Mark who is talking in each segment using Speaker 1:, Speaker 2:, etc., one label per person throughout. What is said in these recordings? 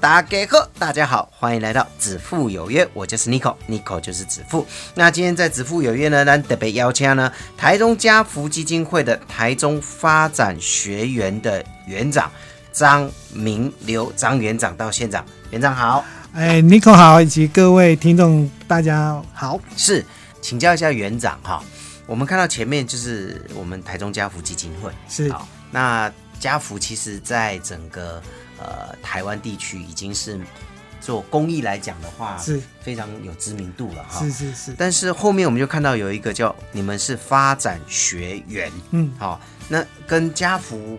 Speaker 1: 大家好，大家好，欢迎来到子父有约，我就是 Nico，Nico 就是子父。那今天在子父有约呢，咱特别邀请呢台中家福基金会的台中发展学园的园长张明流张园长到现场，园长好，
Speaker 2: 哎，Nico 好，以及各位听众大家好。
Speaker 1: 是请教一下园长哈、我们看到前面就是我们台中家福基金会，
Speaker 2: 是
Speaker 1: 好，那家福其实在整个呃台湾地区已经是做公益来讲的话，
Speaker 2: 是
Speaker 1: 非常有知名度了哈。
Speaker 2: 是是是，
Speaker 1: 但是后面我们就看到有一个叫你们是发展学员，
Speaker 2: 嗯，
Speaker 1: 好、那跟家福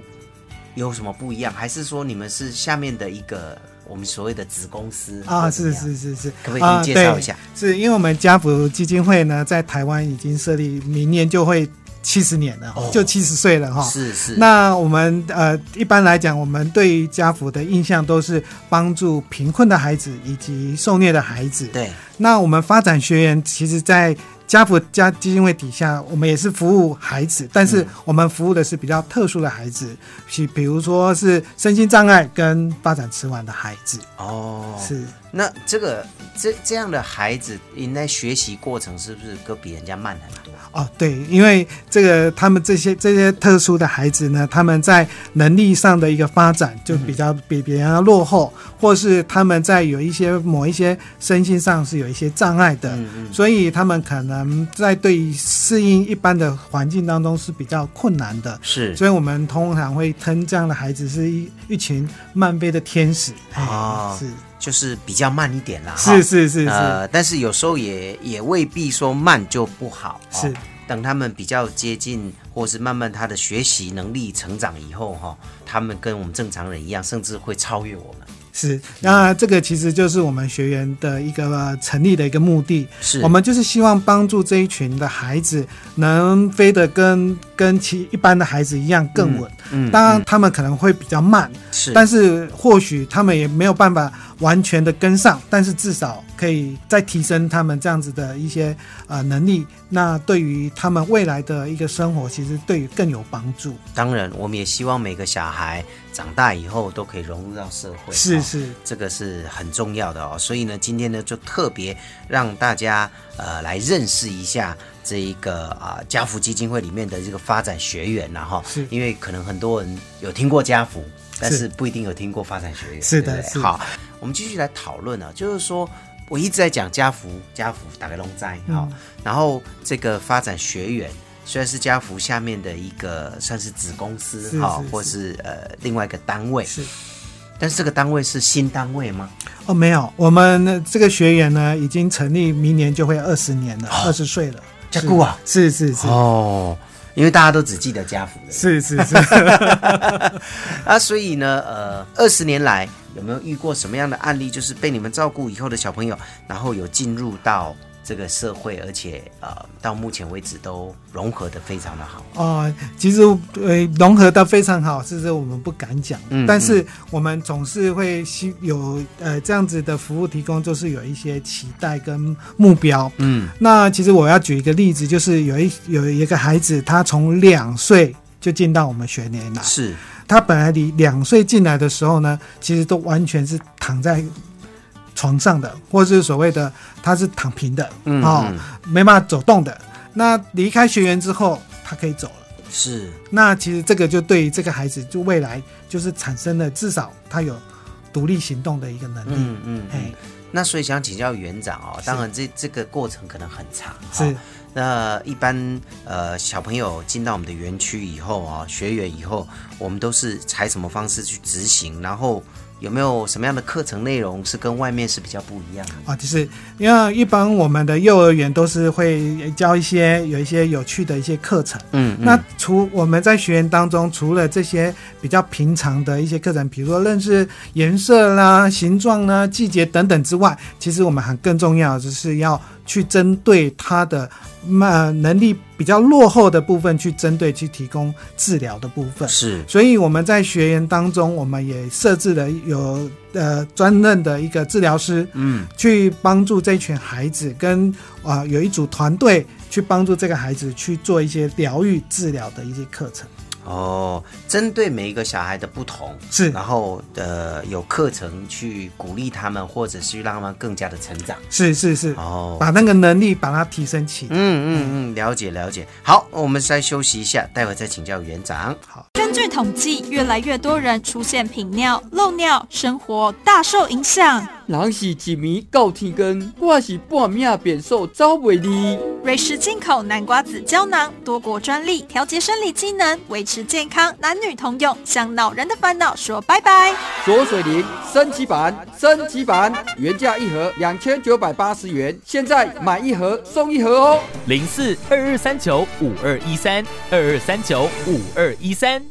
Speaker 1: 有什么不一样？还是说你们是下面的一个我们所谓的子公司
Speaker 2: 啊，
Speaker 1: 或怎么
Speaker 2: 是
Speaker 1: 样
Speaker 2: 是是是，
Speaker 1: 可不可以给我们介绍一下
Speaker 2: 啊对是因为我们家福基金会呢，在台湾已经设立，明年就会七十年了，
Speaker 1: 哦
Speaker 2: 就七十岁了哈。
Speaker 1: 是是
Speaker 2: 那我们呃，一般来讲，我们对于家福的印象都是帮助贫困的孩子以及受虐的孩子。
Speaker 1: 对
Speaker 2: 那我们发展学员，其实，在家福家基金会底下，我们也是服务孩子，但是我们服务的是比较特殊的孩子，比比如说是身心障碍跟发展迟缓的孩子，
Speaker 1: 哦
Speaker 2: 是
Speaker 1: 那这个这这样的孩子，应该学习过程是不是跟比人家慢很多？
Speaker 2: 哦，对，因为这个他们这些这些特殊的孩子呢，他们在能力上的一个发展就比较比别人要落后，或是他们在有一些某一些身心上是有一些障碍的，所以他们可能在对于适应一般的环境当中是比较困难的。
Speaker 1: 是
Speaker 2: 所以我们通常会称这样的孩子是一一群漫飞的天使哎
Speaker 1: 哦
Speaker 2: 是
Speaker 1: 就是比较慢一点啦，哈
Speaker 2: 是是是是、
Speaker 1: 呃，但是有时候也也未必说慢就不好，哦
Speaker 2: 是
Speaker 1: 等他们比较接近，或是慢慢他的学习能力成长以后哈、他们跟我们正常人一样，甚至会超越我们。嗯
Speaker 2: 是，那这个其实就是我们学员的一个呃成立的一个目的，
Speaker 1: 是
Speaker 2: 我们就是希望帮助这一群的孩子能飞得跟跟其一般的孩子一样更稳。
Speaker 1: 嗯
Speaker 2: 当然，他们可能会比较慢，
Speaker 1: 是，
Speaker 2: 但是或许他们也没有办法完全的跟上，但是至少可以再提升他们这样子的一些呃能力。那对于他们未来的一个生活，其实对于更有帮助。
Speaker 1: 当然，我们也希望每个小孩长大以后都可以融入到社会。
Speaker 2: 是
Speaker 1: 哦
Speaker 2: 是
Speaker 1: 这个是很重要的哦。所以呢，今天呢就特别让大家呃来认识一下这一个啊、家福基金会里面的这个发展学员然后
Speaker 2: 是
Speaker 1: 因为可能很多人有听过家福，但是
Speaker 2: 是
Speaker 1: 不一定有听过发展学员。
Speaker 2: 是的
Speaker 1: 对不对
Speaker 2: 是的
Speaker 1: 好，我们继续来讨论啊，就是说。我一直在讲家福，家福打开龙斋好，
Speaker 2: 嗯
Speaker 1: 然后这个发展学员虽然是家福下面的一个算是子公司
Speaker 2: 是
Speaker 1: 哈，
Speaker 2: 是
Speaker 1: 或是呃另外一个单位，
Speaker 2: 是。
Speaker 1: 但是这个单位是新单位吗？
Speaker 2: 哦，没有，我们呃这个学员呢已经成立，明年就会二十年了，二十、岁了。
Speaker 1: 哦加固啊
Speaker 2: 是是是、
Speaker 1: 哦，因为大家都只记得家福的
Speaker 2: 是是 是，
Speaker 1: 啊，所以呢，呃，二十年来有没有遇过什么样的案例，就是被你们照顾以后的小朋友，然后有进入到这个社会，而且呃，到目前为止都融合的非常的好。啊
Speaker 2: 哦，其实呃融合的非常好，是这我们不敢讲，
Speaker 1: 嗯
Speaker 2: 但是我们总是会希有呃这样子的服务提供，就是有一些期待跟目标。
Speaker 1: 嗯，
Speaker 2: 那其实我要举一个例子，就是有一有一个孩子，他从两岁就进到我们学年来，
Speaker 1: 是
Speaker 2: 他本来离两岁进来的时候呢，其实都完全是躺在床上的，或是所谓的他是躺平的，
Speaker 1: 嗯
Speaker 2: 哦
Speaker 1: 嗯，
Speaker 2: 没办法走动的。那离开学园之后，他可以走了。
Speaker 1: 是，
Speaker 2: 那其实这个就对于这个孩子，就未来就是产生了至少他有独立行动的一个能力。
Speaker 1: 嗯嗯嗯
Speaker 2: 哎。
Speaker 1: 那所以想请教园长哦，当然这这个过程可能很长，哦
Speaker 2: 是。
Speaker 1: 那一般呃小朋友进到我们的园区以后啊、学员以后，我们都是采什么方式去执行？然后有没有什么样的课程内容是跟外面是比较不一样的？
Speaker 2: 啊，就是因为一般我们的幼儿园都是会教一些有一些有趣的一些课程，
Speaker 1: 嗯嗯
Speaker 2: 那除我们在学员当中，除了这些比较平常的一些课程，比如说认识颜色啦、形状啦、季节等等之外，其实我们还更重要的就是要去针对他的呃能力比较落后的部分去针对去提供治疗的部分。
Speaker 1: 是
Speaker 2: 所以我们在学员当中，我们也设置了有呃专任的一个治疗师，
Speaker 1: 嗯，
Speaker 2: 去帮助这群孩子跟啊、有一组团队去帮助这个孩子去做一些疗愈治疗的一些课程。
Speaker 1: 哦，针对每一个小孩的不同，
Speaker 2: 是
Speaker 1: 然后呃有课程去鼓励他们，或者是让他们更加的成长。
Speaker 2: 是是是，
Speaker 1: 哦，
Speaker 2: 把那个能力把它提升起来。
Speaker 1: 嗯嗯嗯，了解了解。好，我们再休息一下，待会再请教园长。
Speaker 3: 根据统计，越来越多人出现频尿、漏尿，生活大受影响。
Speaker 4: 人是一暝到天光，我是半命变数走袂离。
Speaker 3: 瑞士进口南瓜子胶囊，多国专利，调节生理机能，维持健康，男女通用，向老人的烦恼说拜拜。
Speaker 4: 左水灵升级版，升级版原价一盒两千九百八十元，现在买一盒送一盒哦。
Speaker 5: 零四二二三九五二一三二二三九五二一三。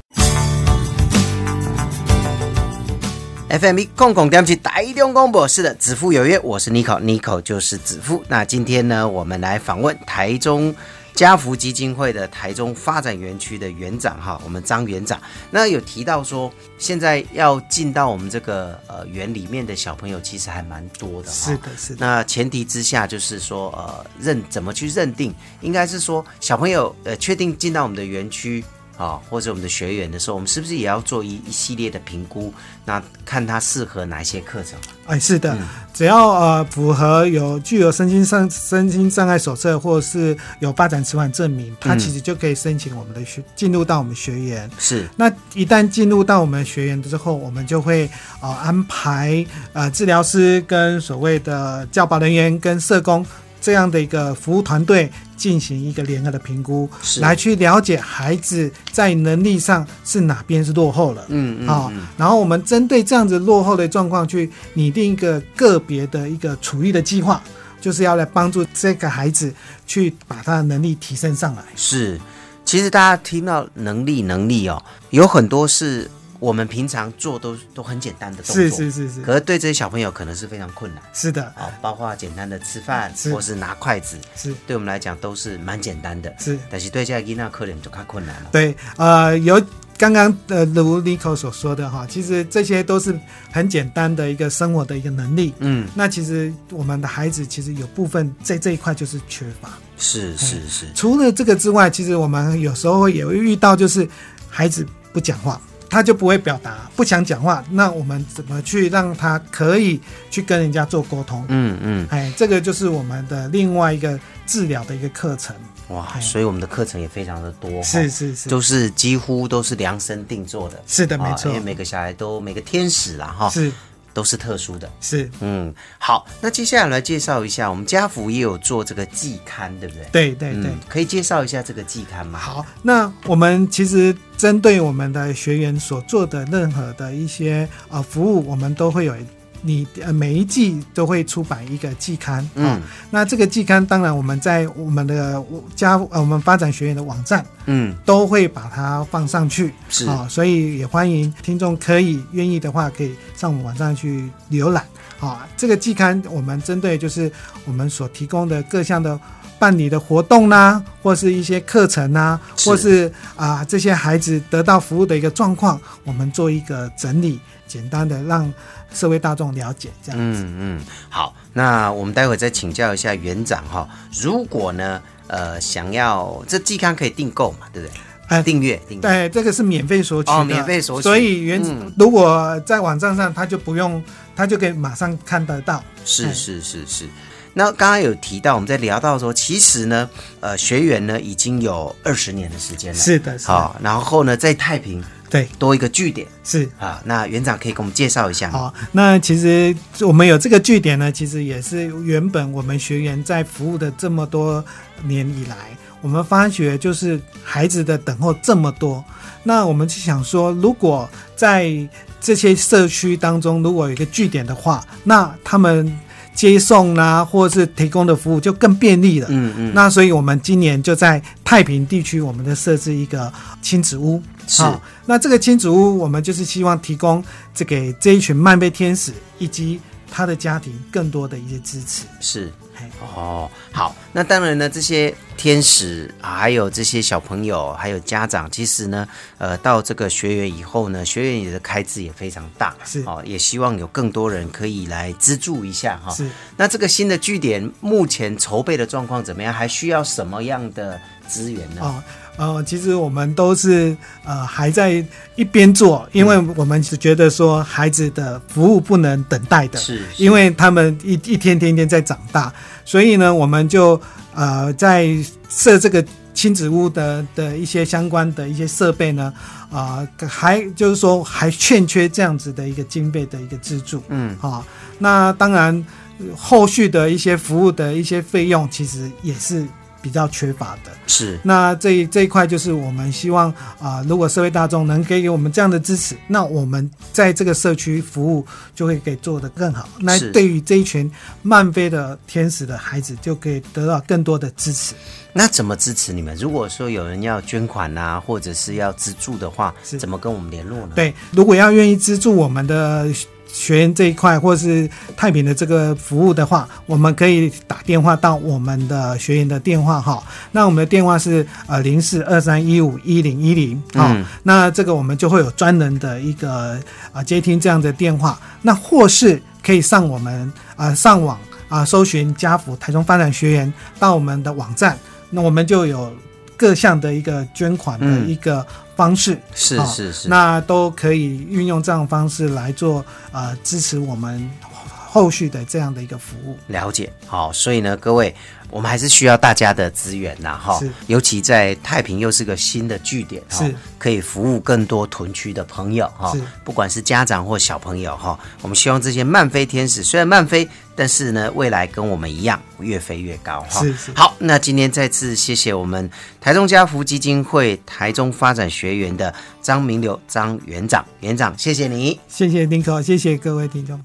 Speaker 1: FM 空空点起台中公播是的，子父有约，我是 Nico，Nico 就是子父。那今天呢，我们来访问台中家福基金会的台中发展园区的园长哈，我们张园长。那有提到说，现在要进到我们这个呃园里面的小朋友，其实还蛮多的哈。
Speaker 2: 是的，是的，
Speaker 1: 那前提之下，就是说，呃，认怎么去认定？应该是说，小朋友呃，确定进到我们的园区啊，或者我们的学员的时候，我们是不是也要做一一系列的评估？那看他适合哪些课程？
Speaker 2: 哎，是的，
Speaker 1: 嗯
Speaker 2: 只要呃符合有具有身心上身心障碍手册，或是有发展迟缓证明，他
Speaker 1: 嗯
Speaker 2: 其实就可以申请我们的学进入到我们学员。
Speaker 1: 是
Speaker 2: 那一旦进入到我们学员之后，我们就会呃安排呃治疗师跟所谓的教保人员跟社工这样的一个服务团队进行一个联合的评估，
Speaker 1: 是，
Speaker 2: 来去了解孩子在能力上是哪边是落后了。
Speaker 1: 嗯嗯
Speaker 2: 啊、
Speaker 1: 嗯，
Speaker 2: 然后我们针对这样子落后的状况去拟定一个个别的一个处遇的计划，就是要来帮助这个孩子去把他的能力提升上来。
Speaker 1: 是。其实大家听到能力能力哦，有很多是我们平常做都都很简单的动作，
Speaker 2: 是是是是，
Speaker 1: 可是对这些小朋友可能是非常困难
Speaker 2: 是的，
Speaker 1: 啊，包括简单的吃饭
Speaker 2: 是
Speaker 1: 或是拿筷子，
Speaker 2: 是
Speaker 1: 对我们来讲都是蛮简单的。
Speaker 2: 是，
Speaker 1: 但是对这个囡仔可能就较困难了。
Speaker 2: 对，呃，有刚刚呃如 Nico 所说的哈，其实这些都是很简单的一个生活的一个能力。
Speaker 1: 嗯，
Speaker 2: 那其实我们的孩子其实有部分在这一块就是缺乏。
Speaker 1: 是是是，
Speaker 2: 除了这个之外，其实我们有时候也会遇到，就是孩子不讲话，他就不会表达，不想讲话，那我们怎么去让他可以去跟人家做沟通？
Speaker 1: 嗯嗯，
Speaker 2: 哎，这个就是我们的另外一个治疗的一个课程。
Speaker 1: 哇，
Speaker 2: 哎
Speaker 1: 所以我们的课程也非常的多，
Speaker 2: 是
Speaker 1: 哦，
Speaker 2: 是是，
Speaker 1: 都是几乎都是量身定做的。
Speaker 2: 是的，
Speaker 1: 啊哦
Speaker 2: 没错
Speaker 1: 因为，每个小孩都每个天使啦哈，
Speaker 2: 是
Speaker 1: 都是特殊的。
Speaker 2: 是，
Speaker 1: 嗯，好，那接下来来介绍一下，我们家福也有做这个季刊，对不对？
Speaker 2: 对对对。
Speaker 1: 嗯，可以介绍一下这个季刊吗？
Speaker 2: 好，那我们其实针对我们的学员所做的任何的一些呃服务，我们都会有你呃每一季都会出版一个季刊，啊
Speaker 1: 嗯
Speaker 2: 那这个季刊，当然我们在我们的家呃我们发展学院的网站
Speaker 1: 嗯，
Speaker 2: 都会把它放上去
Speaker 1: 是
Speaker 2: 啊、所以也欢迎听众可以愿意的话，可以上我们网站去浏览啊、这个季刊我们针对就是我们所提供的各项的办理的活动啦、或是一些课程啊，
Speaker 1: 是
Speaker 2: 或是啊、这些孩子得到服务的一个状况，我们做一个整理，简单的让社会大众了解这样子。
Speaker 1: 嗯嗯，好，那我们待会再请教一下园长哈、如果呢，呃，想要这季刊可以订购嘛，对不对？
Speaker 2: 哎
Speaker 1: 订阅订阅。
Speaker 2: 对，这个是免费索取的，
Speaker 1: 哦免费索取
Speaker 2: 所以原、
Speaker 1: 嗯
Speaker 2: 如果在网站上，他就不用，他就可以马上看得到。
Speaker 1: 是
Speaker 2: 哎
Speaker 1: 是是是。那刚刚有提到，我们在聊到说，其实呢，呃，学员呢已经有二十年的时间了，
Speaker 2: 是的，是的，
Speaker 1: 好，然后呢，在太平
Speaker 2: 对，
Speaker 1: 多一个据点
Speaker 2: 是。
Speaker 1: 啊。那园长可以给我们介绍一下吗？
Speaker 2: 好，那其实我们有这个据点呢，其实也是原本我们学员在服务的这么多年以来，我们发觉就是孩子的等候这么多，那我们就想说，如果在这些社区当中，如果有一个据点的话，那他们接送啦、或是提供的服务就更便利了。
Speaker 1: 嗯嗯，
Speaker 2: 那所以我们今年就在太平地区，我们的设置一个亲子屋。
Speaker 1: 是
Speaker 2: 好那这个亲子屋，我们就是希望提供这给这一群漫飞天使以及他的家庭更多的一些支持。
Speaker 1: 是
Speaker 2: 嘿
Speaker 1: 哦，好，那当然呢，这些天使、啊还有这些小朋友，还有家长，其实呢，呃，到这个学员以后呢，学员也的开支也非常大，
Speaker 2: 是
Speaker 1: 哦，也希望有更多人可以来资助一下哈、
Speaker 2: 是
Speaker 1: 那这个新的据点目前筹备的状况怎么样？还需要什么样的资源呢？
Speaker 2: 哦，呃，其实我们都是呃还在一边做，因为我们是觉得说孩子的服务不能等待的，
Speaker 1: 是是
Speaker 2: 因为他们一一天天天在长大，所以呢，我们就呃在设这个亲子屋的的一些相关的一些设备呢，啊、还就是说还欠缺这样子的一个经费的一个资助，
Speaker 1: 嗯，
Speaker 2: 啊、那当然。呃后续的一些服务的一些费用，其实也是比较缺乏的。
Speaker 1: 是
Speaker 2: 那这一这一块就是我们希望啊、如果社会大众能给予我们这样的支持，那我们在这个社区服务就会给做得更好。那
Speaker 1: 是
Speaker 2: 对于这一群漫飞的天使的孩子，就可以得到更多的支持。
Speaker 1: 那怎么支持你们？如果说有人要捐款啊，或者是要资助的话，
Speaker 2: 是
Speaker 1: 怎么跟我们联络呢？，
Speaker 2: 对，如果要愿意资助我们的学学员这一块，或是太平的这个服务的话，我们可以打电话到我们的学员的电话哈。那我们的电话是呃零四二三一五一零一零啊。
Speaker 1: 嗯
Speaker 2: 那这个我们就会有专人的一个啊、呃接听这样的电话，那或是可以上我们啊、呃上网啊、搜寻家福台中发展学员到我们的网站，那我们就有各项的一个捐款的
Speaker 1: 嗯
Speaker 2: 一个方式。
Speaker 1: 是
Speaker 2: 哦
Speaker 1: 是是，
Speaker 2: 那都可以运用这样的方式来做呃支持我们后续的这样的一个服务。
Speaker 1: 了解，好，所以呢，各位，我们还是需要大家的资源呐，哈
Speaker 2: 是，
Speaker 1: 尤其在太平又是个新的据点，哈
Speaker 2: 是，
Speaker 1: 可以服务更多屯区的朋友，哈
Speaker 2: 是，
Speaker 1: 不管是家长或小朋友，哈，我们希望这些漫飞天使虽然漫飞，但是呢，未来跟我们一样越飞越高，哈
Speaker 2: 是是，
Speaker 1: 好，那今天再次谢谢我们台中家福基金会台中发展学员的张明流张园长，园长，谢谢你。
Speaker 2: 谢谢丁克，谢谢各位听众。